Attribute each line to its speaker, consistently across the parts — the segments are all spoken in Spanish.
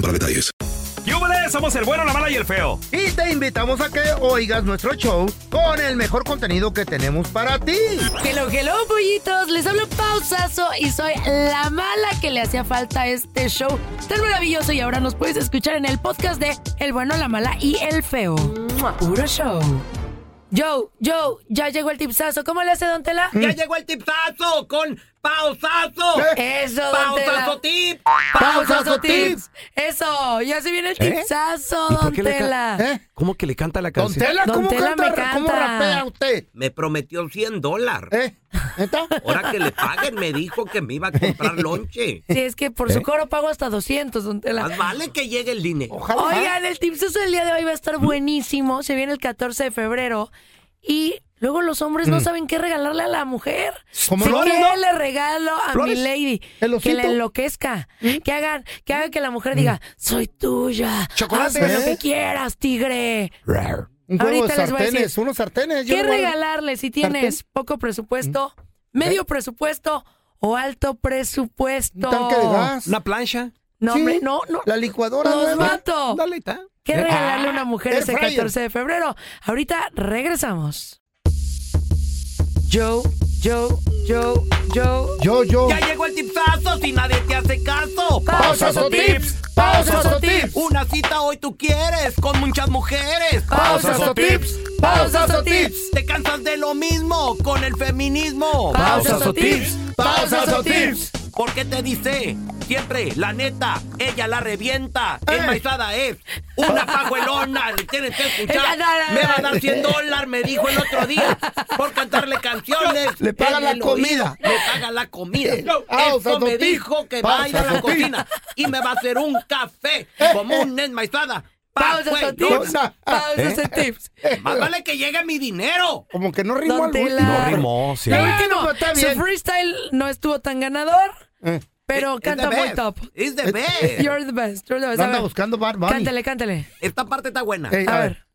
Speaker 1: para detalles.
Speaker 2: ¡Yúbele! Somos el bueno, la mala y el feo.
Speaker 3: Y te invitamos a que oigas nuestro show con el mejor contenido que tenemos para ti.
Speaker 4: Hello, hello, pollitos. Les hablo pausazo y soy la mala que le hacía falta a este show tan maravilloso. Y ahora nos puedes escuchar en el podcast de El bueno, la mala y el feo. Puro show. Yo, yo, ya llegó el tipsazo. ¿Cómo le hace, Don Tela?
Speaker 5: Mm.
Speaker 6: Ya llegó el tipazo con pausazo.
Speaker 4: Eso, Don Tela.
Speaker 6: Pausazo tip.
Speaker 4: Pausazo tips. Eso, ya se viene el tipsazo,
Speaker 5: ¿Eh? ¿Y
Speaker 4: Don
Speaker 5: por qué le
Speaker 4: Tela.
Speaker 5: ca-
Speaker 3: ¿Eh?
Speaker 5: ¿Cómo que le canta la
Speaker 3: Don
Speaker 5: canción?
Speaker 3: Tela,
Speaker 4: Don
Speaker 3: ¿cómo
Speaker 4: Tela
Speaker 3: canta,
Speaker 4: me canta.
Speaker 3: ¿Cómo rapea usted?
Speaker 7: Me prometió 100 dólares.
Speaker 3: ¿Eh? ¿Neta?
Speaker 7: Ahora que le paguen, me dijo que me iba a comprar lonche.
Speaker 4: Sí, es que
Speaker 5: ¿Eh?
Speaker 4: por su coro pago hasta 200, Don Tela.
Speaker 7: Más vale que llegue el dinero.
Speaker 3: Ojalá.
Speaker 4: Oigan, el tipsazo del día de hoy va a estar buenísimo. Se viene el 14 de febrero. Y luego los hombres
Speaker 3: Mm.
Speaker 4: no saben qué regalarle a la mujer.
Speaker 3: Como
Speaker 4: Si
Speaker 3: flores,
Speaker 4: quiere,
Speaker 3: ¿no?
Speaker 4: le regalo a
Speaker 3: Flores.
Speaker 4: mi lady.
Speaker 3: El ¿Mm? osito.
Speaker 4: Que le enloquezca. Que hagan, que haga que la mujer diga, soy tuya.
Speaker 3: Chocolate.
Speaker 4: Hazme lo
Speaker 3: Mm. ¿Eh?
Speaker 4: que quieras, tigre.
Speaker 3: Un juego de
Speaker 4: ahorita les voy a
Speaker 3: sartenes,
Speaker 4: decir.
Speaker 3: unos sartenes. yo
Speaker 4: ¿Qué
Speaker 3: le voy a- Mm.
Speaker 4: regalarle si tienes poco presupuesto, medio presupuesto o alto presupuesto?
Speaker 3: ¿Eh? Un tanque de gas.
Speaker 5: ¿Una plancha?
Speaker 4: No,
Speaker 3: Sí,
Speaker 4: hombre, no, no.
Speaker 3: La licuadora.
Speaker 4: Los
Speaker 3: nueva.
Speaker 4: mato.
Speaker 5: Dale, está.
Speaker 4: ¿Qué regalarle a una mujer
Speaker 3: Eh, ah, air
Speaker 4: ese
Speaker 3: fryer.
Speaker 4: 14 de febrero? Ahorita regresamos. Yo, yo, yo, yo.
Speaker 3: Yo, yo.
Speaker 6: Ya llegó el tipazo si nadie te hace caso.
Speaker 3: Pausazo tips, pausazo tips.
Speaker 6: Una cita hoy tú quieres con muchas mujeres.
Speaker 3: Pausazo tips, pausazo tips.
Speaker 6: Te cansas de lo mismo con el feminismo.
Speaker 3: Pausazo tips, pausazo tips.
Speaker 6: ¿Por qué te dice? Siempre, la neta, ella la revienta.
Speaker 3: Eh.
Speaker 6: Enmaizada es una pajuelona. le Tienes que
Speaker 4: Ella
Speaker 6: escuchar.
Speaker 4: no, no,
Speaker 6: Me va a
Speaker 4: no.
Speaker 6: dar 100 dólares, me dijo el otro día, por cantarle canciones.
Speaker 3: Le paga
Speaker 6: en
Speaker 3: la
Speaker 6: el oído.
Speaker 3: comida.
Speaker 6: Le paga la comida.
Speaker 3: Pausa,
Speaker 4: Ah,
Speaker 6: Eso me
Speaker 3: Sotín.
Speaker 6: dijo que
Speaker 3: Pausa,
Speaker 6: vaya a la
Speaker 3: Sotín.
Speaker 6: cocina y me va a hacer un café como una enmaizada.
Speaker 4: Eh, Pausa esos tips.
Speaker 6: Pajuelona.
Speaker 3: Pausa.
Speaker 4: Pausa esos tips.
Speaker 6: Más vale que llegue mi dinero.
Speaker 3: Como que no rimo
Speaker 4: Don
Speaker 3: al
Speaker 4: Tela.
Speaker 3: último.
Speaker 5: rimó, sí.
Speaker 4: Lo
Speaker 3: Bueno,
Speaker 4: último,
Speaker 3: pero está bien.
Speaker 4: su freestyle no estuvo tan ganador,
Speaker 3: Eh,
Speaker 4: pero
Speaker 6: Es
Speaker 4: canta
Speaker 6: the
Speaker 4: muy
Speaker 6: best.
Speaker 4: top. Eh,
Speaker 6: Es the best.
Speaker 4: You're the best, you're the best.
Speaker 3: no
Speaker 4: A
Speaker 3: anda
Speaker 4: ver,
Speaker 3: buscando Bad Bunny.
Speaker 4: cántale, cántale.
Speaker 6: Esta parte está buena.
Speaker 3: Ey,
Speaker 4: A ver.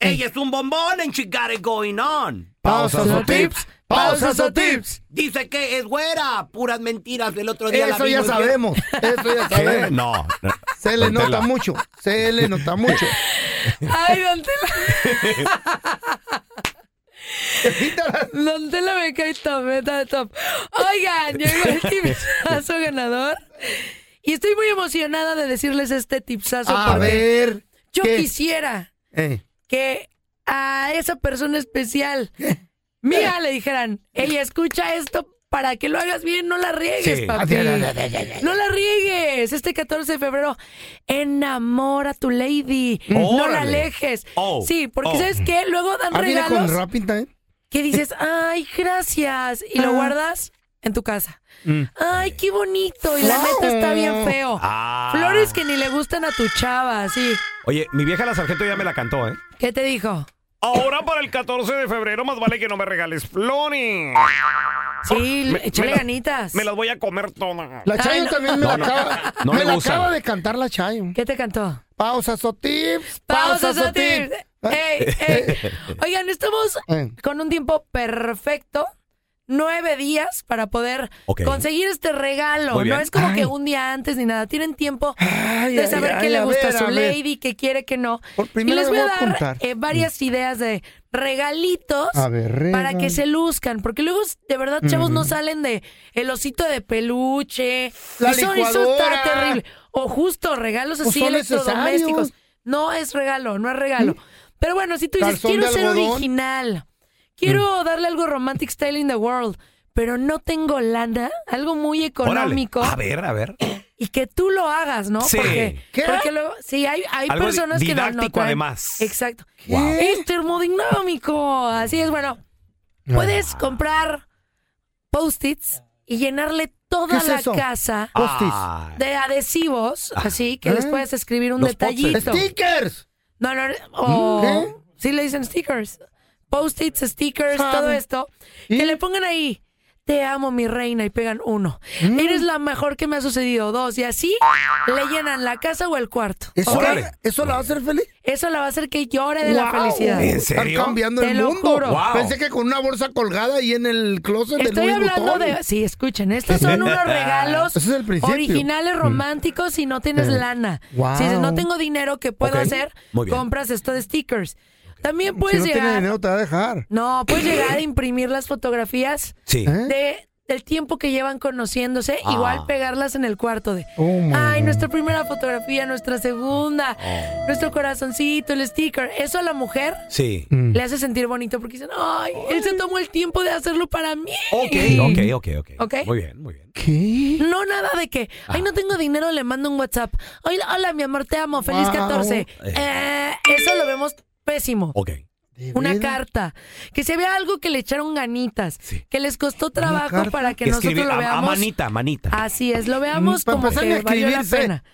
Speaker 6: Ella es un bombón and she got it going on.
Speaker 3: Pausas o tips, pausas o tips.
Speaker 6: Dice que es güera. Puras mentiras del otro día. la
Speaker 3: Eso ya
Speaker 6: vimos, ¿sí?
Speaker 3: sabemos, eso ya
Speaker 5: ¿Qué?
Speaker 3: sabemos.
Speaker 5: No. no.
Speaker 3: Se le
Speaker 5: Don
Speaker 3: nota
Speaker 5: Tela.
Speaker 3: mucho, se le nota mucho.
Speaker 4: Ay, Don Tela,
Speaker 3: Quítala.
Speaker 4: Don Tela me cae top, me cae top. Oigan, llegó el tipsazo ganador. Y estoy muy emocionada de decirles este tipsazo.
Speaker 3: Ah, A
Speaker 4: porque
Speaker 3: ver.
Speaker 4: Yo
Speaker 3: ¿qué?
Speaker 4: quisiera
Speaker 3: Eh,
Speaker 4: que a esa persona especial, mía, le dijeran, ella escucha esto para que lo hagas bien, no la riegues,
Speaker 5: Sí.
Speaker 4: papi.
Speaker 3: Ah,
Speaker 4: No la riegues. Este 14 de febrero, enamora a tu lady.
Speaker 3: Mm.
Speaker 4: No la
Speaker 5: Órale.
Speaker 4: alejes.
Speaker 5: Oh,
Speaker 4: Sí, porque
Speaker 5: oh.
Speaker 4: ¿sabes qué? Luego dan
Speaker 3: Ah, viene con
Speaker 4: regalos
Speaker 3: rapping también.
Speaker 4: que dices, ay, gracias, y lo guardas en tu casa.
Speaker 5: Mm.
Speaker 4: Ay, qué bonito, y la neta está bien feo.
Speaker 5: Ah.
Speaker 4: Flores que ni le gustan a tu chava, sí.
Speaker 5: Oye, mi vieja la sargento ya me la cantó, ¿eh?
Speaker 4: ¿Qué te dijo?
Speaker 2: Ahora para el 14 de febrero más vale que no me regales flores.
Speaker 4: Sí,
Speaker 5: Me-
Speaker 4: échale
Speaker 5: me la-
Speaker 4: ganitas.
Speaker 5: Me las voy a comer todas.
Speaker 3: La Chayo también me
Speaker 5: No,
Speaker 3: la
Speaker 5: no,
Speaker 3: acaba.
Speaker 5: no
Speaker 3: me
Speaker 5: me
Speaker 3: la
Speaker 5: gustan.
Speaker 3: acaba de cantar la Chayo.
Speaker 4: ¿Qué te cantó?
Speaker 3: Pausas o tips.
Speaker 4: Pausas
Speaker 3: o
Speaker 4: o tips. Ey, ey. Oigan, estamos
Speaker 3: Eh.
Speaker 4: con un tiempo perfecto. Nueve días para poder
Speaker 5: Ok.
Speaker 4: conseguir este regalo.
Speaker 5: Muy
Speaker 4: No
Speaker 5: bien.
Speaker 4: es como que
Speaker 3: Ay.
Speaker 4: un día antes ni nada. Tienen tiempo
Speaker 3: Ay,
Speaker 4: de
Speaker 3: ay,
Speaker 4: saber
Speaker 3: ay,
Speaker 4: qué le
Speaker 3: a
Speaker 4: gusta
Speaker 3: ver,
Speaker 4: a su
Speaker 3: a ver.
Speaker 4: lady, qué quiere, qué no.
Speaker 3: Por
Speaker 4: Y
Speaker 3: primera
Speaker 4: les
Speaker 3: vez
Speaker 4: voy a
Speaker 3: apuntar. Mm.
Speaker 4: dar eh, varias ideas de regalitos
Speaker 3: A ver, Mm.
Speaker 4: para que
Speaker 3: regalo.
Speaker 4: se luzcan. Porque luego, de verdad, chavos, no salen de el osito de peluche.
Speaker 3: La
Speaker 4: y son- y son
Speaker 3: licuadora.
Speaker 4: tan terrible. O justo regalos
Speaker 3: Pues
Speaker 4: así
Speaker 3: son
Speaker 4: electrodomésticos.
Speaker 3: necesarios.
Speaker 4: No es regalo, no es regalo. Pero bueno, si tú dices,
Speaker 3: Calzón
Speaker 4: quiero
Speaker 3: de
Speaker 4: ser
Speaker 3: algodón".
Speaker 4: original,
Speaker 5: Mm.
Speaker 4: quiero darle algo romantic style in the world, pero no tengo lana, algo muy
Speaker 5: Órale.
Speaker 4: económico
Speaker 5: A ver, a ver.
Speaker 4: y que tú lo hagas, ¿no?
Speaker 5: Sí.
Speaker 4: Porque,
Speaker 3: ¿Qué?
Speaker 4: porque luego, sí, hay, hay
Speaker 5: Algo di-
Speaker 4: personas que no- no
Speaker 5: didáctico,
Speaker 4: traen-
Speaker 5: además.
Speaker 4: Exacto.
Speaker 5: Wow.
Speaker 4: Es termodinámico. Así es, bueno.
Speaker 5: Ah.
Speaker 4: Puedes comprar post-its y llenarle
Speaker 3: ¿Qué
Speaker 4: toda
Speaker 3: es
Speaker 4: la
Speaker 3: eso?
Speaker 4: casa
Speaker 3: Postis.
Speaker 5: Ah,
Speaker 4: de adhesivos, así que les
Speaker 3: ¿Eh?
Speaker 4: puedes escribir un
Speaker 5: Los
Speaker 4: detallito.
Speaker 3: ¡Stickers!
Speaker 4: No, no, o
Speaker 3: ¿Mm? ¿Qué?
Speaker 4: sí le dicen stickers. Post-its, stickers,
Speaker 3: Sabe.
Speaker 4: todo esto.
Speaker 3: ¿Y?
Speaker 4: Que le pongan ahí, te amo mi reina, y pegan uno.
Speaker 3: ¿Mm?
Speaker 4: Eres la mejor que me ha sucedido, dos. Y así le llenan la casa o el cuarto.
Speaker 3: ¿Eso,
Speaker 5: Órale.
Speaker 3: la, ¿Eso la va a hacer feliz?
Speaker 4: Eso la va a hacer que llore de la
Speaker 3: Wow.
Speaker 4: felicidad.
Speaker 5: ¿En
Speaker 3: Están
Speaker 5: serio?
Speaker 3: cambiando
Speaker 4: Te
Speaker 3: el
Speaker 4: lo
Speaker 3: mundo.
Speaker 4: juro.
Speaker 5: Wow.
Speaker 3: Pensé que con una bolsa colgada ahí en el closet
Speaker 4: Estoy
Speaker 3: de Louis
Speaker 4: hablando
Speaker 3: Vuitton.
Speaker 4: de... Sí, escuchen, estos son unos regalos
Speaker 3: Ese es el principio. Mm.
Speaker 4: originales, románticos, si no tienes lana.
Speaker 3: Wow.
Speaker 4: Si dices, no tengo dinero, ¿qué puedo
Speaker 5: Ok,
Speaker 4: hacer?
Speaker 5: muy bien.
Speaker 4: Compras esto de stickers. También
Speaker 3: Si
Speaker 4: puedes
Speaker 3: no tiene
Speaker 4: llegar...
Speaker 3: dinero te va a dejar.
Speaker 4: No, puedes llegar a imprimir las fotografías
Speaker 5: sí. Ah.
Speaker 3: ¿Eh?
Speaker 4: de del tiempo que llevan conociéndose, igual pegarlas en el cuarto de,
Speaker 3: Oh, my
Speaker 4: ay,
Speaker 3: God.
Speaker 4: nuestra primera fotografía, nuestra segunda,
Speaker 5: Oh.
Speaker 4: nuestro corazoncito, el sticker, eso a la mujer
Speaker 5: Sí.
Speaker 3: Mm.
Speaker 4: le hace sentir bonito porque dicen, ay, él se tomó el tiempo de hacerlo para mí.
Speaker 5: Ok, ok, ok, ok.
Speaker 4: Ok.
Speaker 5: Muy bien, muy bien. Ah.
Speaker 3: ¿Qué?
Speaker 4: No nada de que, ay, no tengo dinero, le mando un WhatsApp. Ay, hola, mi amor, te amo, feliz
Speaker 3: Wow.
Speaker 4: 14. Eh, eso lo vemos pésimo.
Speaker 5: Ok.
Speaker 3: ¿De
Speaker 4: Una
Speaker 3: veras?
Speaker 4: carta. Que se vea algo que le echaron ganitas.
Speaker 5: Sí.
Speaker 4: Que les costó
Speaker 3: carta.
Speaker 4: trabajo para que
Speaker 5: Escribí
Speaker 4: nosotros lo
Speaker 5: a, a
Speaker 4: veamos. Ah.
Speaker 5: manita, manita.
Speaker 4: Así es, lo veamos
Speaker 3: Mm, para
Speaker 4: como
Speaker 3: empezar ni
Speaker 4: que
Speaker 3: a
Speaker 4: valió la
Speaker 3: escribirse.
Speaker 4: pena.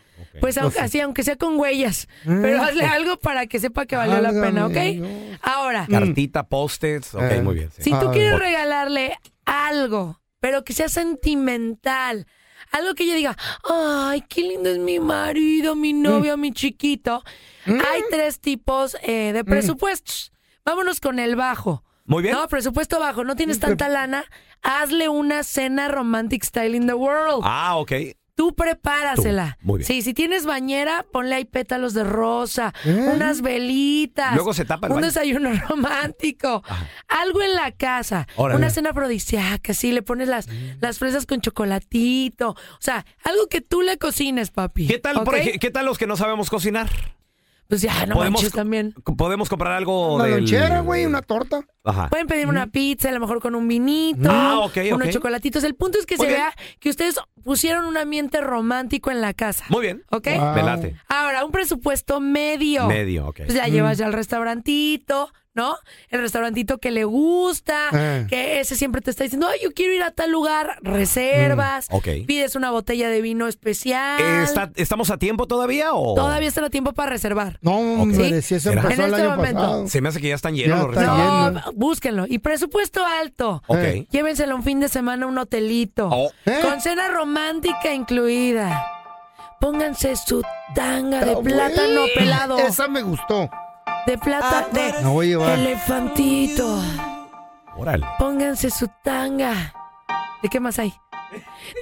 Speaker 4: Pues aunque, así, aunque sea con huellas. Pero hazle algo para que sepa que valió la pena, ¿ok?
Speaker 3: Mm. Válgame Dios.
Speaker 4: Ahora,
Speaker 5: Cartita, post-its. Ok,
Speaker 3: Eh.
Speaker 5: muy bien. sí.
Speaker 4: si tú
Speaker 3: Ah,
Speaker 4: quieres
Speaker 3: ok.
Speaker 4: regalarle algo, pero que sea sentimental, algo que ella diga, ay, qué lindo es mi marido, mi novio, mi chiquito. Hay tres tipos eh, de presupuestos. Vámonos con el bajo.
Speaker 5: Muy bien.
Speaker 4: No, presupuesto bajo, no tienes tanta lana, hazle una cena romantic style in the world.
Speaker 5: Ah, ok.
Speaker 4: Tú prepárasela.
Speaker 5: Tú. Muy bien.
Speaker 4: Sí, si tienes bañera, ponle ahí pétalos de rosa,
Speaker 3: ¿Eh?
Speaker 4: unas velitas.
Speaker 5: Luego se tapa el
Speaker 4: Un
Speaker 5: baño.
Speaker 4: desayuno romántico. Algo en la casa.
Speaker 5: Órale. Mm.
Speaker 4: Una cena afrodisíaca, sí, le pones las, las fresas con chocolatito. O sea, algo que tú le cocines, papi.
Speaker 5: ¿Qué tal, por
Speaker 4: ¿ok?
Speaker 5: ej- ¿Qué tal los que no sabemos cocinar?
Speaker 4: Pues ya, no manches también.
Speaker 5: co- podemos comprar algo
Speaker 3: Una
Speaker 5: del-
Speaker 3: lonchera, güey, una torta.
Speaker 5: Ajá.
Speaker 4: Pueden pedir una pizza, a lo mejor con un vinito,
Speaker 5: Mm. Ah, ok,
Speaker 4: unos
Speaker 5: ok.
Speaker 4: chocolatitos. El punto es que
Speaker 5: Muy
Speaker 4: se
Speaker 5: bien.
Speaker 4: vea que ustedes pusieron un ambiente romántico en la casa.
Speaker 5: Muy bien.
Speaker 4: ¿Ok?
Speaker 3: Wow.
Speaker 5: Me late.
Speaker 4: Ahora, un presupuesto medio.
Speaker 5: Medio, ok.
Speaker 4: Pues la llevas
Speaker 3: Mm.
Speaker 4: ya al restaurantito, ¿no? El restaurantito que le gusta,
Speaker 3: Ah.
Speaker 4: que ese siempre te está diciendo, ay, yo quiero ir a tal lugar, reservas,
Speaker 5: Mm, ok.
Speaker 4: pides una botella de vino especial.
Speaker 5: Eh, está- ¿Estamos a tiempo todavía o...?
Speaker 4: Ah. Todavía están a tiempo para reservar.
Speaker 3: No, hombre, si eso
Speaker 5: ¿Será?
Speaker 3: empezó
Speaker 4: En
Speaker 3: el
Speaker 4: este
Speaker 3: año
Speaker 4: momento.
Speaker 3: pasado.
Speaker 5: Se me hace que ya están llenos
Speaker 3: Ya
Speaker 5: los
Speaker 3: está
Speaker 5: restaurantes.
Speaker 4: No,
Speaker 3: lleno.
Speaker 4: búsquenlo. Y presupuesto alto.
Speaker 5: Ok.
Speaker 3: Eh.
Speaker 4: Llévenselo un fin de semana a un hotelito.
Speaker 5: Oh.
Speaker 3: ¿Eh?
Speaker 4: Con cena romántica incluida. Pónganse su tanga de
Speaker 3: Está
Speaker 4: plátano
Speaker 3: buena.
Speaker 4: pelado.
Speaker 3: Esa me gustó.
Speaker 4: De plátano. De
Speaker 3: La Ah, voy a llevar.
Speaker 4: elefantito.
Speaker 5: Órale.
Speaker 4: Pónganse su tanga. ¿De qué más hay?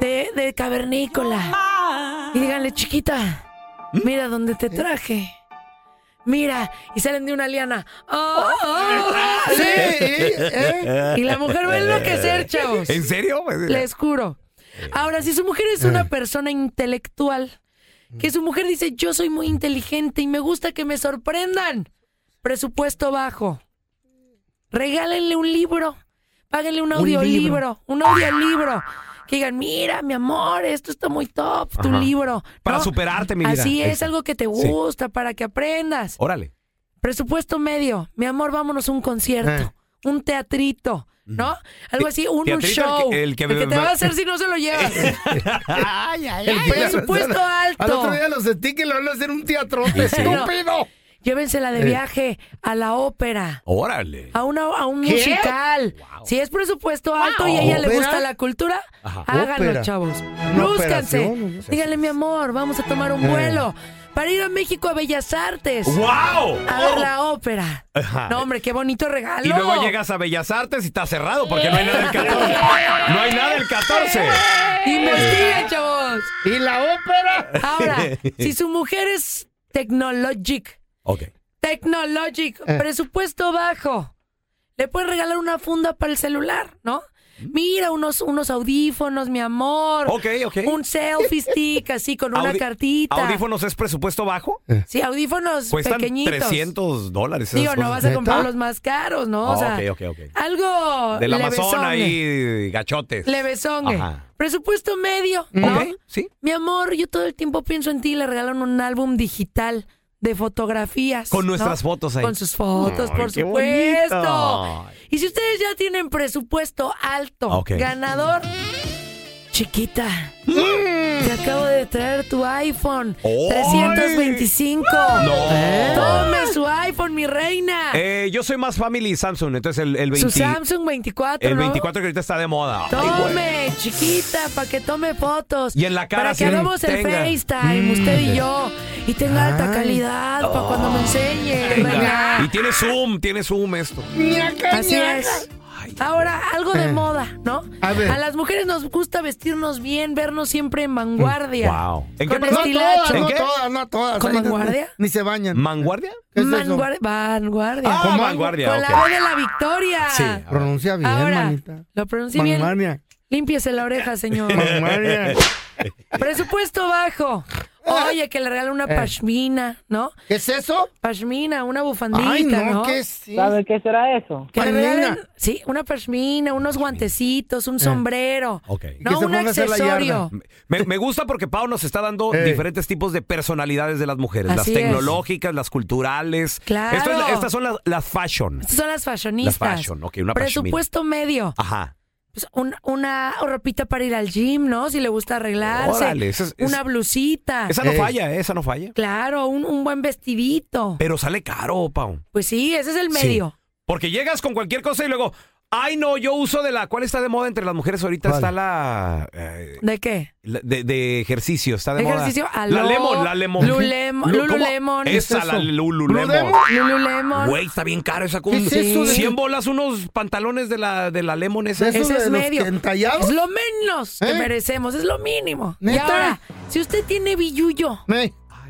Speaker 4: De, de cavernícola. Y díganle, chiquita, mira dónde te traje. Mira, y salen de una liana. ¡Oh, oh, oh!
Speaker 3: Sí, ¿eh?
Speaker 4: Y la mujer va a enloquecer, chavos.
Speaker 5: ¿En serio?
Speaker 4: Les juro.
Speaker 5: Eh.
Speaker 4: Ahora, si su mujer es una persona intelectual, que su mujer dice, yo soy muy inteligente y me gusta que me sorprendan, presupuesto bajo, regálenle un libro, páguenle un audiolibro, un, audiolibro. Que digan, mira, mi amor, esto está muy top, tu
Speaker 5: Ajá.
Speaker 4: libro.
Speaker 5: Para
Speaker 4: ¿no?
Speaker 5: superarte, mi vida.
Speaker 4: Así es,
Speaker 5: Eso.
Speaker 4: algo que te
Speaker 5: Sí.
Speaker 4: gusta, para que aprendas.
Speaker 5: Órale.
Speaker 4: Presupuesto medio, mi amor, vámonos a un
Speaker 5: Eh.
Speaker 4: concierto, un teatrito, ¿no? Algo así, un, un
Speaker 5: Teatrito, el
Speaker 4: show.
Speaker 5: que- el que me-
Speaker 4: te va a hacer si no se lo llevas.
Speaker 3: El
Speaker 4: presupuesto
Speaker 3: Al
Speaker 4: alto.
Speaker 3: otro día los stickers le van a hacer un teatrote
Speaker 5: Sí, sí.
Speaker 3: estúpido.
Speaker 4: llévensela de
Speaker 5: Eh.
Speaker 4: viaje a la ópera.
Speaker 5: Órale.
Speaker 4: A, una, a un
Speaker 5: ¿Qué?
Speaker 4: musical. Si es presupuesto alto y a ella le
Speaker 5: ¿Ópera?
Speaker 4: gusta la cultura,
Speaker 5: Ajá.
Speaker 4: háganlo,
Speaker 5: Ópera.
Speaker 4: chavos.
Speaker 5: Una
Speaker 4: Lúzcanse.
Speaker 5: operación, ¿no?
Speaker 4: Díganle, mi amor, vamos a tomar un
Speaker 5: Eh.
Speaker 4: vuelo para ir a México a Bellas Artes.
Speaker 5: ¡Guau!
Speaker 4: A ver la ópera.
Speaker 5: Ajá.
Speaker 4: No, hombre, qué bonito regalo.
Speaker 5: Y luego llegas a Bellas Artes y está cerrado porque no hay nada el 14. No hay nada el 14. Eh.
Speaker 4: Investiguen, chavos.
Speaker 3: ¿Y la ópera?
Speaker 4: Ahora, si su mujer es Technologic.
Speaker 5: Ok.
Speaker 4: Technologic,
Speaker 5: Eh.
Speaker 4: presupuesto bajo. Le puedes regalar una funda para el celular, ¿no? Mira, unos, unos audífonos, mi amor.
Speaker 5: Mm. Ok, ok.
Speaker 4: Un selfie stick así con una
Speaker 5: Audi-
Speaker 4: cartita.
Speaker 5: ¿Audífonos es presupuesto bajo?
Speaker 4: Sí, audífonos
Speaker 5: Cuestan
Speaker 4: pequeñitos.
Speaker 5: 300 dólares. esas
Speaker 4: Digo, no
Speaker 5: cosas.
Speaker 4: vas a comprar los más caros, ¿no? O
Speaker 5: Ah,
Speaker 4: sea,
Speaker 5: ok, ok, ok.
Speaker 4: algo
Speaker 5: Del Amazon
Speaker 4: levesongue.
Speaker 5: ahí, gachotes.
Speaker 4: Levesongue.
Speaker 5: Ajá.
Speaker 4: Presupuesto medio, ¿no? Mi amor, yo todo el tiempo pienso en ti. Le regalaron un álbum digital de fotografías.
Speaker 5: Con
Speaker 4: ¿no?
Speaker 5: nuestras fotos ahí.
Speaker 4: Con sus fotos,
Speaker 5: Ay,
Speaker 4: por
Speaker 5: qué
Speaker 4: supuesto.
Speaker 5: bonito.
Speaker 4: Y si ustedes ya tienen presupuesto alto,
Speaker 5: Ok.
Speaker 4: ganador, chiquita. Te acabo de traer tu iPhone
Speaker 5: ¡Ay!
Speaker 4: 325.
Speaker 5: No.
Speaker 4: ¿Eh? Tome su iPhone, mi reina.
Speaker 5: Eh, yo soy más family Samsung, entonces el, el 20
Speaker 4: su Samsung 24.
Speaker 5: el
Speaker 4: ¿no?
Speaker 5: 24 que ahorita está de moda. Ay, güey.
Speaker 4: Tome, chiquita, para que tome fotos.
Speaker 5: Y en la cara
Speaker 4: Para que
Speaker 5: así,
Speaker 4: hagamos el
Speaker 5: tenga.
Speaker 4: FaceTime,
Speaker 5: Mm.
Speaker 4: usted y yo. Y tenga alta calidad para cuando me enseñe.
Speaker 5: Venga.
Speaker 4: reina.
Speaker 5: Y tiene Zoom, tiene Zoom esto.
Speaker 4: Así es. Ahora, algo de
Speaker 5: Eh.
Speaker 4: moda, ¿no?
Speaker 5: A ver.
Speaker 4: las mujeres nos gusta vestirnos bien, vernos siempre en vanguardia.
Speaker 5: Wow. ¿En qué
Speaker 4: Con
Speaker 5: perdón?
Speaker 4: estilacho.
Speaker 5: ¿En
Speaker 3: No
Speaker 5: qué?
Speaker 3: todas, no todas.
Speaker 4: ¿Con
Speaker 3: Ahí no-
Speaker 4: vanguardia?
Speaker 3: Ni se bañan.
Speaker 5: ¿Manguardia?
Speaker 3: ¿Qué es eso?
Speaker 4: Vanguardia. vanguardia.
Speaker 3: Ah,
Speaker 4: Con-
Speaker 3: vanguardia,
Speaker 4: Con
Speaker 3: ok.
Speaker 4: la O de la victoria.
Speaker 3: Sí, pronuncia bien,
Speaker 4: Ahora,
Speaker 3: manita.
Speaker 4: lo pronuncié bien.
Speaker 3: Vanguardia.
Speaker 4: Límpiese la oreja, señor.
Speaker 3: Vanguardia.
Speaker 4: Presupuesto bajo.
Speaker 5: Ah.
Speaker 4: Oye, que le regale una
Speaker 3: Eh.
Speaker 4: pashmina, ¿no?
Speaker 3: ¿Qué es eso?
Speaker 4: Pashmina, una bufandita,
Speaker 3: Ay, no,
Speaker 4: ¿no?
Speaker 3: ¿qué es eso?
Speaker 8: ¿Sabe qué será eso?
Speaker 4: Que le
Speaker 3: Pashmina.
Speaker 4: regalen- sí, una pashmina, unos guantecitos, un
Speaker 5: Eh.
Speaker 4: sombrero. No, un accesorio.
Speaker 5: Me, me gusta porque Pau nos está dando diferentes tipos de personalidades de las mujeres.
Speaker 4: Así
Speaker 5: las
Speaker 4: es.
Speaker 5: tecnológicas, las culturales.
Speaker 4: Claro.
Speaker 5: Esto es la- estas son las, las fashion.
Speaker 4: Estas son las fashionistas.
Speaker 5: Las fashion, ok, una pashmina.
Speaker 4: Presupuesto medio.
Speaker 5: Ajá.
Speaker 4: Pues, un- una ropita para ir al gym, ¿no? Si le gusta arreglarse.
Speaker 5: Órale, esa es- es-
Speaker 4: una blusita.
Speaker 5: Esa no falla, eh, esa no falla.
Speaker 4: Claro, un, un buen vestidito.
Speaker 5: Pero sale caro, Pau.
Speaker 4: Pues sí, ese es el
Speaker 5: Sí.
Speaker 4: medio.
Speaker 5: Porque llegas con cualquier cosa y luego, ay no, yo uso de la. ¿Cuál está de moda entre las mujeres ahorita? Está la, eh,
Speaker 4: ¿De qué?
Speaker 5: la- de, de ejercicio, está de
Speaker 4: Ejercicio
Speaker 5: moda.
Speaker 4: aló,
Speaker 5: La lemon, la lemon.
Speaker 4: Lulem-
Speaker 5: ¿Cómo?
Speaker 4: Lululemon.
Speaker 5: Esa, la lululemon.
Speaker 4: Lululemon.
Speaker 5: Güey, está bien caro esa cosa.
Speaker 4: ¿Qué es eso de-
Speaker 5: 100 bolas unos pantalones de la, de la lemon esa.
Speaker 4: Ese es medio. Es lo menos que
Speaker 5: ¿Eh?
Speaker 4: merecemos, es lo mínimo. Y
Speaker 5: ¿Neta?
Speaker 4: ahora, si usted tiene billuyo,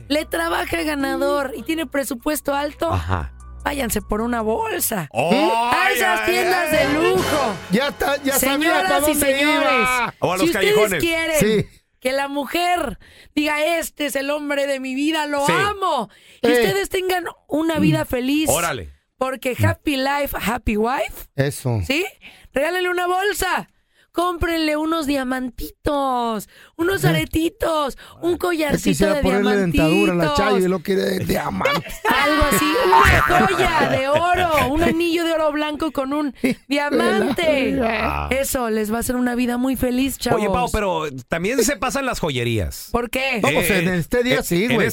Speaker 4: le trabaja ganador y tiene presupuesto alto,
Speaker 5: Ajá.
Speaker 4: váyanse por una bolsa.
Speaker 5: ¡Ay,
Speaker 4: a esas
Speaker 5: ay,
Speaker 4: tiendas
Speaker 5: ay!
Speaker 4: de lujo.
Speaker 3: Ya está, ya sabía
Speaker 4: Señoras
Speaker 3: para
Speaker 4: y
Speaker 3: dónde
Speaker 4: señores,
Speaker 3: iba. O a
Speaker 4: si
Speaker 3: los
Speaker 4: ustedes
Speaker 3: callejones.
Speaker 4: quieren
Speaker 3: Sí.
Speaker 4: que la mujer diga, este es el hombre de mi vida, lo
Speaker 5: Sí.
Speaker 4: amo, que
Speaker 5: Eh.
Speaker 4: ustedes tengan una vida
Speaker 3: Mm.
Speaker 4: feliz.
Speaker 5: Órale.
Speaker 4: Porque happy life, happy wife.
Speaker 3: Eso.
Speaker 4: ¿Sí? Regálenle una bolsa. Cómprenle unos diamantitos, unos aretitos, un
Speaker 3: Yo
Speaker 4: collarcito
Speaker 3: quisiera
Speaker 4: de
Speaker 3: ponerle
Speaker 4: diamantitos.
Speaker 3: dentadura a la Chayo y lo quiere de diamante.
Speaker 4: Algo así, una joya de oro, un anillo de oro blanco con un diamante.
Speaker 5: Ah.
Speaker 4: Eso les va a hacer una vida muy feliz, chavos.
Speaker 5: Oye, Pau, pero también se pasan las joyerías.
Speaker 4: ¿Por qué?
Speaker 3: ¿Eh?
Speaker 5: No, pues, en este día sí, güey.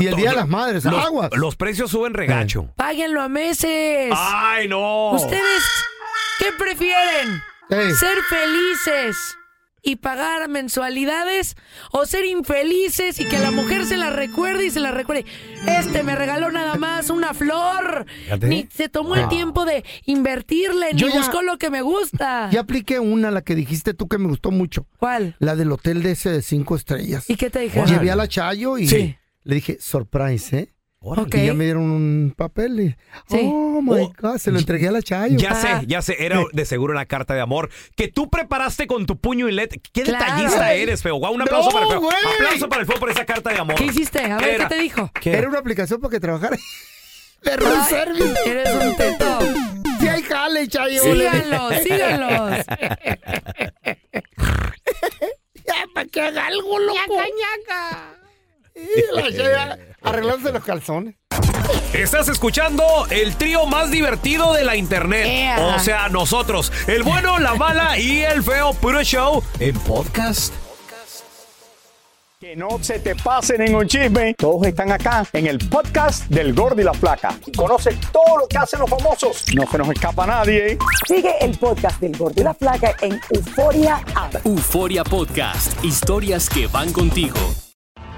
Speaker 3: Y el Día de las Madres,
Speaker 5: Los,
Speaker 3: aguas.
Speaker 5: los precios suben regacho.
Speaker 4: Páguenlo a meses.
Speaker 3: Ah.
Speaker 5: Ay, no.
Speaker 4: ¿Ustedes qué prefieren?
Speaker 3: Eh.
Speaker 4: ¿Ser felices y pagar mensualidades? ¿O ser infelices y que la mujer se la recuerde y se la recuerde? Este me regaló nada más una flor.
Speaker 3: Fíjate.
Speaker 4: Ni se tomó el
Speaker 3: Ah.
Speaker 4: tiempo de invertirle,
Speaker 3: Yo
Speaker 4: ni
Speaker 3: ya-
Speaker 4: buscó lo que me gusta.
Speaker 3: Ya apliqué una, la que dijiste tú que me gustó mucho.
Speaker 4: ¿Cuál?
Speaker 3: La del hotel de ese de cinco estrellas.
Speaker 4: ¿Y qué te dijeron?
Speaker 3: Llevé a la Chayo y
Speaker 4: Sí.
Speaker 3: le dije, surprise, ¿eh?
Speaker 4: Órale.
Speaker 3: Y ya me dieron un papel y,
Speaker 4: Sí.
Speaker 3: oh my
Speaker 5: Oh.
Speaker 3: God, se lo entregué a la Chayo.
Speaker 5: Ya sé, ya sé, era de seguro una carta de amor que tú preparaste con tu puño y letra. Qué
Speaker 4: Claro.
Speaker 5: detallista eres, feo. Guau, un aplauso
Speaker 3: No,
Speaker 5: para el feo.
Speaker 3: güey.
Speaker 5: Aplauso para el feo por esa carta de amor.
Speaker 4: ¿Qué hiciste? A ver,
Speaker 5: Era-
Speaker 4: ¿qué te dijo?
Speaker 3: Era una aplicación para que trabajara. De room
Speaker 4: Ay,
Speaker 3: service.
Speaker 4: Eres un teto.
Speaker 3: Sí, hay jale, Chayo.
Speaker 4: Síganlos, síganlos.
Speaker 3: Ya, para que haga algo, loco. Ñaca, ñaca. Y la Chayo arreglándose los calzones.
Speaker 5: Estás escuchando el trío más divertido de la internet.
Speaker 3: Ea.
Speaker 5: O sea, nosotros, el bueno, la mala y el feo puro show en podcast.
Speaker 8: Que no se te pasen en un chisme. Todos están acá en el podcast del Gordi y la Flaca. Y conoce todo lo que hacen los famosos. No se nos escapa nadie.
Speaker 9: Sigue el podcast del Gordi y la Flaca en Euforia App.
Speaker 10: Euforia Podcast. Historias que van contigo.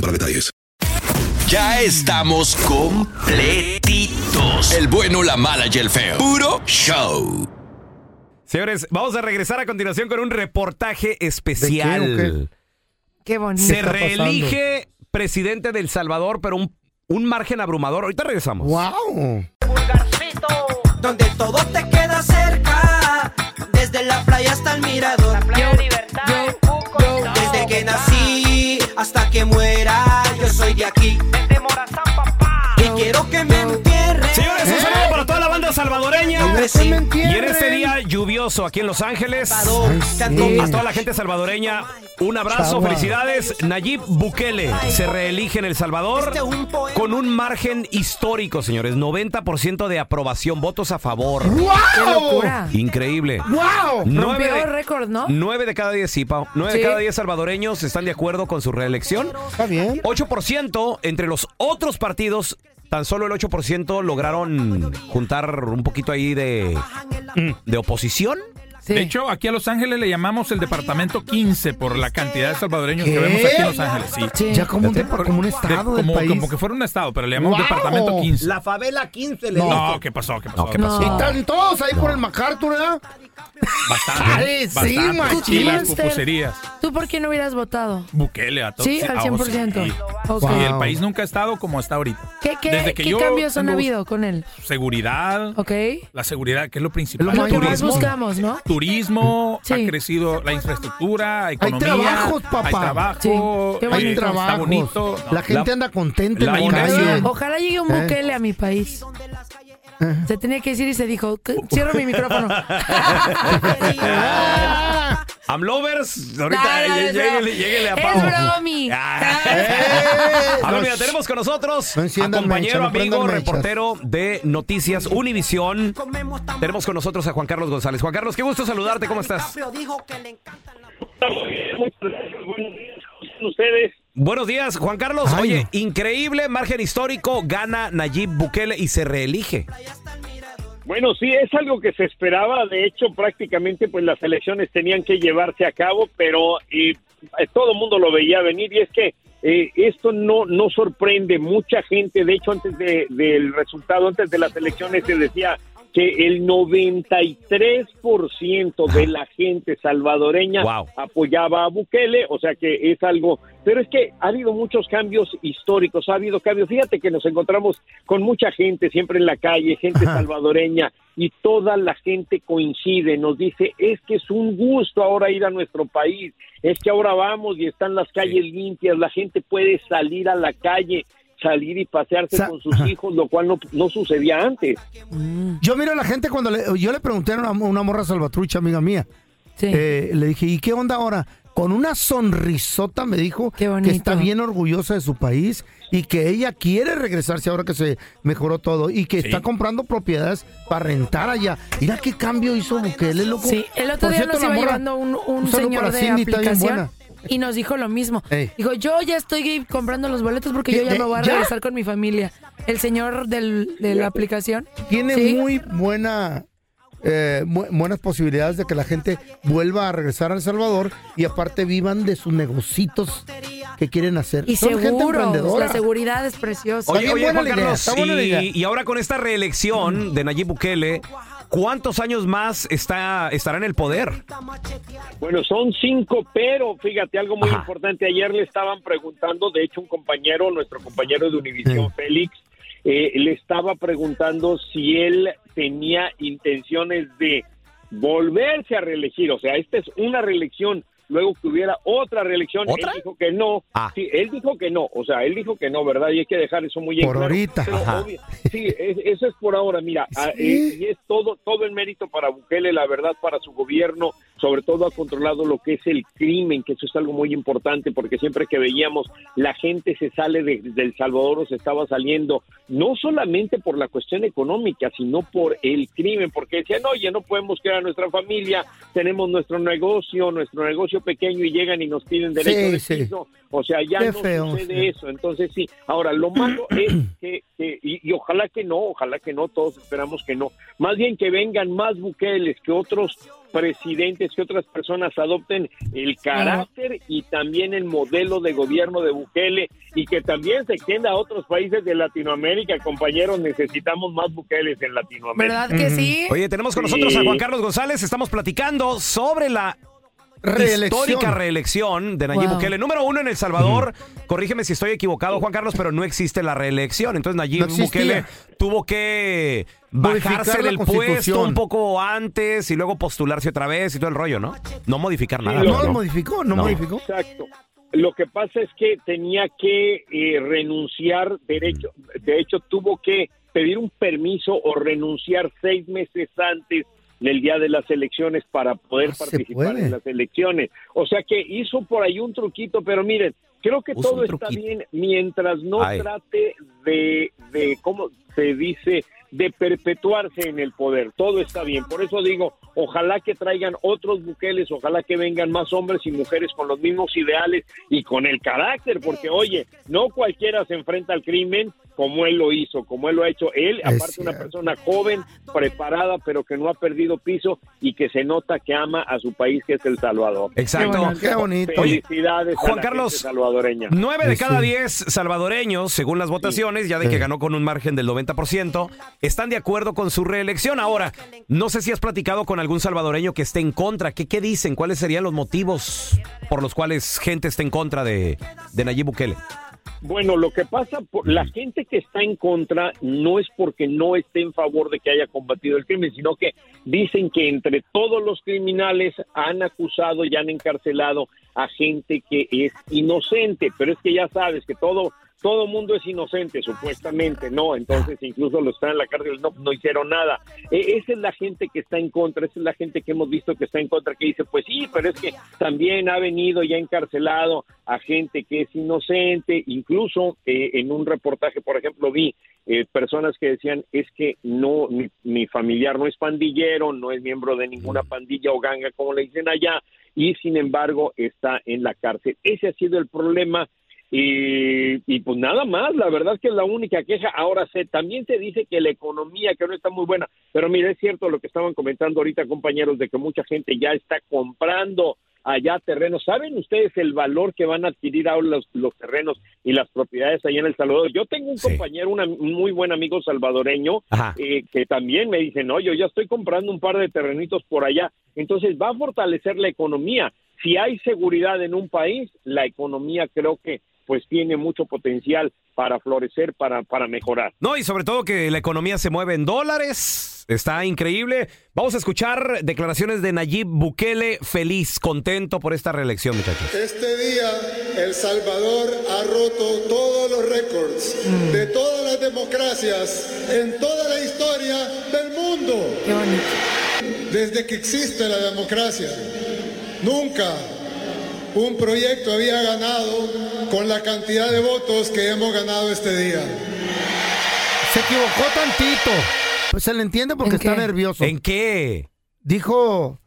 Speaker 1: para detalles.
Speaker 11: Ya estamos completitos. El bueno, la mala y el feo. Puro show.
Speaker 5: Señores, vamos a regresar a continuación con un reportaje especial.
Speaker 4: ¿De qué o Qué bonito.
Speaker 5: Se reelige presidente del Salvador, pero un, un margen abrumador. Ahorita regresamos.
Speaker 3: ¡Wow!
Speaker 12: donde todo te queda cerca, desde la playa hasta el mirador. Desde que nací hasta que muera, yo soy de aquí. Y quiero que me entierren.
Speaker 5: Señores, un saludo para toda la banda salvadoreña.
Speaker 12: Hombre, sí.
Speaker 5: Y en este día lluvioso aquí en Los Ángeles,
Speaker 12: Ay, sí.
Speaker 5: a toda la gente salvadoreña, un abrazo,
Speaker 12: Chagua.
Speaker 5: felicidades. Nayib Bukele se reelige en El Salvador con un margen histórico, señores. 90% de aprobación, votos a favor.
Speaker 4: ¡Wow! ¡Qué locura!
Speaker 5: Increíble.
Speaker 4: ¡Wow!
Speaker 5: Nueve
Speaker 4: Rompió
Speaker 5: de-
Speaker 4: récord, ¿no?
Speaker 13: Mm,
Speaker 5: Nueve de cada diez, sí, Pao. Nueve
Speaker 4: Sí.
Speaker 5: de cada diez salvadoreños están de acuerdo con su reelección.
Speaker 3: Está bien.
Speaker 5: 8% entre los otros partidos, tan solo el 8% lograron juntar un poquito ahí de,
Speaker 13: Mm.
Speaker 5: de oposición.
Speaker 13: De hecho, aquí a Los Ángeles le llamamos el departamento 15 por la cantidad de salvadoreños
Speaker 3: ¿Qué?
Speaker 13: que vemos aquí en Los Ángeles. Sí.
Speaker 3: Sí. Ya como un
Speaker 13: De-
Speaker 3: depa- como un
Speaker 13: de-
Speaker 3: estado ¿Eh? del
Speaker 13: como,
Speaker 3: país.
Speaker 13: como que fuera un estado, pero le llamamos
Speaker 3: ¡Wow!
Speaker 13: departamento 15.
Speaker 7: La favela 15 le
Speaker 13: no.
Speaker 7: diste.
Speaker 13: ¿qué pasó? ¿Qué pasó?
Speaker 5: ¿qué pasó?
Speaker 3: Y están todos ahí por el MacArthur, ¿verdad?
Speaker 13: Bastante.
Speaker 3: Ay, sí,
Speaker 13: bastante.
Speaker 3: machín.
Speaker 13: Y las
Speaker 4: Monster.
Speaker 13: pupuserías.
Speaker 4: ¿Tú por qué no hubieras votado?
Speaker 13: Bukele a todos.
Speaker 4: Sí, al
Speaker 13: Ah, oh,
Speaker 4: 100%.
Speaker 13: sí.
Speaker 4: Ok.
Speaker 13: Sí, el
Speaker 4: Wow.
Speaker 13: país nunca ha estado como está ahorita.
Speaker 4: ¿Qué, qué-
Speaker 13: Desde que
Speaker 4: qué
Speaker 13: yo
Speaker 4: cambios han
Speaker 13: tengo
Speaker 4: habido con él?
Speaker 13: Seguridad.
Speaker 4: Ok.
Speaker 13: La seguridad, que es lo principal.
Speaker 4: Lo que más
Speaker 13: Turismo.
Speaker 4: buscamos, ¿no?
Speaker 13: Turismo,
Speaker 4: Sí.
Speaker 13: ha crecido la infraestructura, economía.
Speaker 3: trabajos, papá.
Speaker 13: Hay trabajo,
Speaker 3: Sí.
Speaker 4: Qué
Speaker 13: eh,
Speaker 4: bonito. Hay
Speaker 13: está
Speaker 3: trabajos.
Speaker 13: bonito.
Speaker 3: La gente anda contenta en
Speaker 13: la
Speaker 3: la calle.
Speaker 13: inversión.
Speaker 4: Ojalá llegue un
Speaker 3: ¿Eh?
Speaker 4: Bukele a mi país. Se tenía que decir y se dijo, "C- cierro mi micrófono.
Speaker 5: Amlovers,
Speaker 4: No,
Speaker 5: ahorita
Speaker 4: no,
Speaker 5: llé-
Speaker 4: no.
Speaker 5: lléguele, lléguele a
Speaker 4: Es
Speaker 5: Pau.
Speaker 4: bromi.
Speaker 5: Ah. A ver, mira, tenemos con nosotros
Speaker 3: No
Speaker 5: a
Speaker 3: enciendan
Speaker 5: compañero,
Speaker 3: mechas, no
Speaker 5: amigo,
Speaker 3: prendan mechas.
Speaker 5: reportero de Noticias Univisión. Tenemos con nosotros a Juan Carlos González. Juan Carlos, qué gusto saludarte, ¿cómo estás?
Speaker 14: ustedes.
Speaker 5: Buenos días, Juan Carlos.
Speaker 14: Ay,
Speaker 5: Oye, increíble margen histórico, gana Nayib Bukele y se reelige.
Speaker 14: Bueno, sí, es algo que se esperaba. De hecho, prácticamente pues las elecciones tenían que llevarse a cabo, pero eh, todo el mundo lo veía venir y es que eh, esto no, no sorprende mucha gente. De hecho, antes de- del resultado, antes de las elecciones, se decía que el 93%
Speaker 5: Ah.
Speaker 14: de la gente salvadoreña apoyaba a Bukele, o sea que es algo, pero es que ha habido muchos cambios históricos, ha habido cambios, fíjate que nos encontramos con mucha gente siempre en la calle, gente salvadoreña y toda la gente coincide, nos dice, es que es un gusto ahora ir a nuestro país, es que ahora vamos y están las calles limpias, la gente puede salir a la calle, salir y pasearse
Speaker 3: Sa-
Speaker 14: con sus hijos, lo cual no, no sucedía antes.
Speaker 3: Yo miro a la gente cuando le, yo le pregunté a una, una morra salvatrucha, amiga mía. Eh, le dije, Eh, ¿y qué onda ahora? con una sonrisota me dijo que está bien orgullosa de su país y que ella quiere regresarse ahora que se mejoró todo y que está comprando propiedades para rentar allá. Mira qué cambio hizo Bukele, loco.
Speaker 4: Sí, el otro
Speaker 3: Por
Speaker 4: día
Speaker 3: cierto,
Speaker 4: nos
Speaker 3: la
Speaker 4: iba
Speaker 3: morra-
Speaker 4: llevando un, un
Speaker 3: un saludo
Speaker 4: señor
Speaker 3: para
Speaker 4: de
Speaker 3: Cindy, está bien
Speaker 4: aplicación
Speaker 3: buena.
Speaker 4: y nos dijo lo mismo.
Speaker 3: Ey.
Speaker 4: Dijo, yo ya estoy comprando los boletos porque yo
Speaker 3: ¿Qué?
Speaker 4: ya me voy a
Speaker 3: ¿Ya?
Speaker 4: regresar con mi familia. El señor del- de la aplicación.
Speaker 3: Tiene
Speaker 4: Sí.
Speaker 3: muy buena, eh, bu- buenas posibilidades de que la gente vuelva a regresar a El Salvador y aparte vivan de sus negocitos que quieren hacer.
Speaker 4: Y
Speaker 3: Son gente
Speaker 4: seguro,
Speaker 3: emprendedora.
Speaker 4: la seguridad es preciosa.
Speaker 5: Oye, oye, Juan
Speaker 3: idea,
Speaker 5: Carlos,
Speaker 3: está buena la idea.
Speaker 5: y, y ahora con esta reelección de Nayib Bukele, ¿cuántos años más está, estará en el poder?
Speaker 14: Bueno, son cinco, pero fíjate, algo muy importante. Ayer le estaban preguntando, de hecho, un compañero, nuestro compañero de Univisión, Félix, eh, le estaba preguntando si él tenía intenciones de volverse a reelegir. O sea, esta es una reelección. Luego que hubiera otra reelección,
Speaker 5: ¿Otra? Ah.
Speaker 14: él dijo que no. Sí, él dijo que no. O sea, él dijo que no, ¿verdad? Y hay que dejar eso muy en
Speaker 3: Por
Speaker 14: claro.
Speaker 3: ahorita.
Speaker 14: Pero
Speaker 3: Ajá.
Speaker 14: obvio- sí, es- eso es por ahora. Mira, ah, eh, y es todo, todo el mérito para Bukele, la verdad, para su gobierno. Sobre todo ha controlado lo que es el crimen, que eso es algo muy importante, porque siempre que veíamos la gente se sale de, de El Salvador o se estaba saliendo, no solamente por la cuestión económica, sino por el crimen, porque decían, oye, no podemos crear nuestra familia, tenemos nuestro negocio, nuestro negocio pequeño y llegan y nos piden derecho
Speaker 3: Sí,
Speaker 14: de
Speaker 3: sí.
Speaker 14: piso. O sea, ya
Speaker 3: Qué
Speaker 14: no
Speaker 3: feo,
Speaker 14: sucede
Speaker 3: sí.
Speaker 14: eso. Entonces, sí. Ahora, lo malo es que, que- y, y ojalá que no, ojalá que no, todos esperamos que no. Más bien que vengan más buqueles, que otros presidentes, que otras personas adopten el carácter y también el modelo de gobierno de Bukele y que también se extienda a otros países de Latinoamérica. Compañeros, necesitamos más buqueles en Latinoamérica.
Speaker 4: ¿Verdad que sí?
Speaker 5: Oye, tenemos con
Speaker 14: Sí.
Speaker 5: nosotros a Juan Carlos González. Estamos platicando sobre la
Speaker 3: Reelección.
Speaker 5: histórica reelección de Nayib
Speaker 3: Wow.
Speaker 5: Bukele. Número uno en El Salvador. Corrígeme si estoy equivocado, Juan Carlos, pero no existe la reelección. Entonces Nayib
Speaker 3: No existía.
Speaker 5: Bukele tuvo que
Speaker 3: Modificar
Speaker 5: bajarse
Speaker 3: la
Speaker 5: del puesto
Speaker 3: constitución.
Speaker 5: un poco antes y luego postularse otra vez y todo el rollo, ¿no? No modificar nada.
Speaker 3: Ah, no lo modificó, no,
Speaker 5: No.
Speaker 3: modificó.
Speaker 14: Exacto. Lo que pasa es que tenía que eh, renunciar derecho. De hecho, tuvo que pedir un permiso o renunciar seis meses antes del día de las elecciones para
Speaker 5: Ah,
Speaker 14: poder participar
Speaker 3: puede.
Speaker 14: en las elecciones. O sea que hizo por ahí un truquito, pero miren, creo que
Speaker 5: Puso
Speaker 14: todo
Speaker 5: un
Speaker 14: está
Speaker 5: truquito.
Speaker 14: bien mientras no
Speaker 5: Ay.
Speaker 14: trate de, de, ¿cómo se dice? De perpetuarse en el poder. Todo está bien. Por eso digo, ojalá que traigan otros buqueles, ojalá que vengan más hombres y mujeres con los mismos ideales y con el carácter, porque oye, no cualquiera se enfrenta al crimen como él lo hizo, como él lo ha hecho. Él, aparte, una persona joven, preparada, pero que no ha perdido piso y que se nota que ama a su país, que es El Salvador.
Speaker 5: Exacto. Qué bonito, qué bonito. Pues
Speaker 14: Felicidades a
Speaker 5: Juan
Speaker 14: la
Speaker 5: Carlos,
Speaker 14: gente salvadoreña.
Speaker 5: Nueve de cada diez salvadoreños, según las votaciones, ya de que ganó con un margen del 90%, están de acuerdo con su reelección. Ahora, no sé si has platicado con algún salvadoreño que esté en contra. ¿Qué, qué dicen? ¿Cuáles serían los motivos por los cuales gente está en contra de, de Nayib Bukele?
Speaker 14: Bueno, lo que pasa, por, la gente que está en contra no es porque no esté en favor de que haya combatido el crimen, sino que dicen que entre todos los criminales han acusado y han encarcelado a gente que es inocente, pero es que ya sabes que todo todo mundo es inocente, supuestamente, ¿no? Entonces incluso los están en la cárcel, no, no hicieron nada. E- esa es la gente que está en contra, esa es la gente que hemos visto que está en contra, que dice, pues sí, pero es que también ha venido y ha encarcelado a gente que es inocente. Incluso eh, en un reportaje, por ejemplo, vi eh, personas que decían, es que no, mi, mi familiar no es pandillero, no es miembro de ninguna pandilla o ganga, como le dicen allá, y sin embargo está en la cárcel. Ese ha sido el problema y, y pues nada más, la verdad es que es la única queja. Ahora sé, también se dice que la economía que no está muy buena, pero mira, es cierto lo que estaban comentando ahorita compañeros de que mucha gente ya está comprando allá terrenos. ¿Saben ustedes el valor que van a adquirir ahora los, los terrenos y las propiedades allá en El Salvador? Yo tengo un compañero, una- un muy buen amigo salvadoreño, eh, que también me dice, no, yo ya estoy comprando un par de terrenitos por allá. Entonces va a fortalecer la economía. Si hay seguridad en un país, la economía creo que pues tiene mucho potencial para florecer, para, para mejorar.
Speaker 5: No, y sobre todo que la economía se mueve en dólares. Está increíble. Vamos a escuchar declaraciones de Nayib Bukele, feliz, contento por esta reelección, muchachos.
Speaker 15: Este día El Salvador ha roto todos los récords de todas las democracias en toda la historia del mundo. Desde que existe la democracia, nunca un proyecto había ganado con la cantidad de votos que hemos ganado este día.
Speaker 3: Se equivocó tantito. Pues se le entiende porque está nervioso.
Speaker 5: ¿En qué?
Speaker 3: Dijo.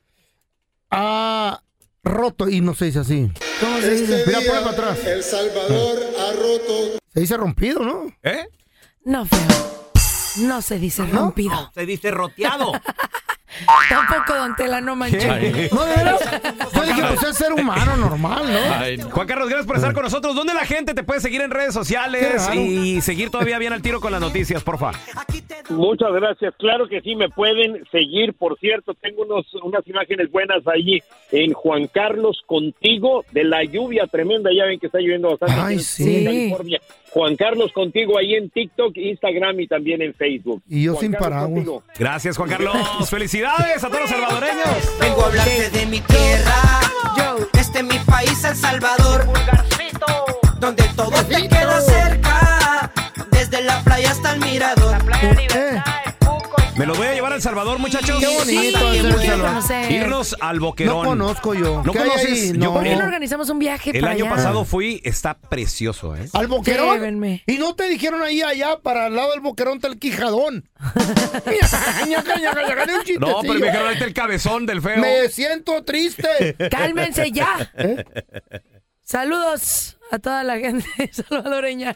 Speaker 3: Ah, roto. Y no se dice así. ¿Cómo se dice?
Speaker 15: Este
Speaker 3: Mira,
Speaker 15: día,
Speaker 3: ponle para atrás.
Speaker 15: El Salvador ha roto
Speaker 3: Se dice rompido, ¿no?
Speaker 5: ¿Eh?
Speaker 4: No, feo. No se dice rompido.
Speaker 7: Se dice roteado.
Speaker 4: Tampoco, don Tela, no manches.
Speaker 5: Ay.
Speaker 3: No, de veras. Yo dije, pues es ser humano normal, ¿no?
Speaker 5: Ay, no. Juan Carlos, gracias por estar con nosotros. ¿Dónde la gente te puede seguir en redes
Speaker 3: Qué
Speaker 5: sociales
Speaker 3: raro.
Speaker 5: y seguir todavía bien al tiro con las noticias, porfa?
Speaker 14: Muchas gracias. Claro que sí, me pueden seguir. Por cierto, tengo unos, unas imágenes buenas ahí en Juan Carlos Contigo de la lluvia tremenda. Ya ven que está lloviendo bastante aquí en
Speaker 3: sí.
Speaker 14: California. Juan Carlos Contigo ahí en TikTok, Instagram y también en Facebook.
Speaker 3: Y yo
Speaker 14: Juan
Speaker 3: sin
Speaker 14: Carlos
Speaker 3: paraguas.
Speaker 14: Contigo.
Speaker 5: Gracias, Juan Carlos. Felicidades a todos los salvadoreños.
Speaker 12: Vengo a hablarte de mi tierra, desde mi país El Salvador, donde todo te queda cerca, desde la playa hasta el mirador.
Speaker 3: Eh,
Speaker 5: Me los voy a llevar a El Salvador, muchachos.
Speaker 12: Qué bonito
Speaker 5: Sí,
Speaker 12: es El
Speaker 5: quiero
Speaker 12: Salvador.
Speaker 5: conocer. Irnos al
Speaker 3: No
Speaker 5: Boquerón.
Speaker 3: conozco yo.
Speaker 5: ¿No
Speaker 3: ¿Qué hay
Speaker 5: conoces?
Speaker 3: ahí?
Speaker 5: Yo
Speaker 3: No.
Speaker 5: por-
Speaker 4: ¿Por qué no organizamos un viaje
Speaker 5: El
Speaker 4: para
Speaker 5: año
Speaker 4: allá?
Speaker 5: pasado fui, está precioso, ¿eh?
Speaker 3: ¿Al boquerón?
Speaker 4: Llévenme.
Speaker 3: Y no te dijeron ahí allá, para el lado del boquerón está el quijadón. Ñaca, ñaca, ñaca, ni un
Speaker 5: No, pero
Speaker 3: chistecillo.
Speaker 5: me dijeron ahí está el cabezón del feo.
Speaker 3: Me siento triste.
Speaker 4: Cálmense ya. Saludos a toda la gente salvadoreña.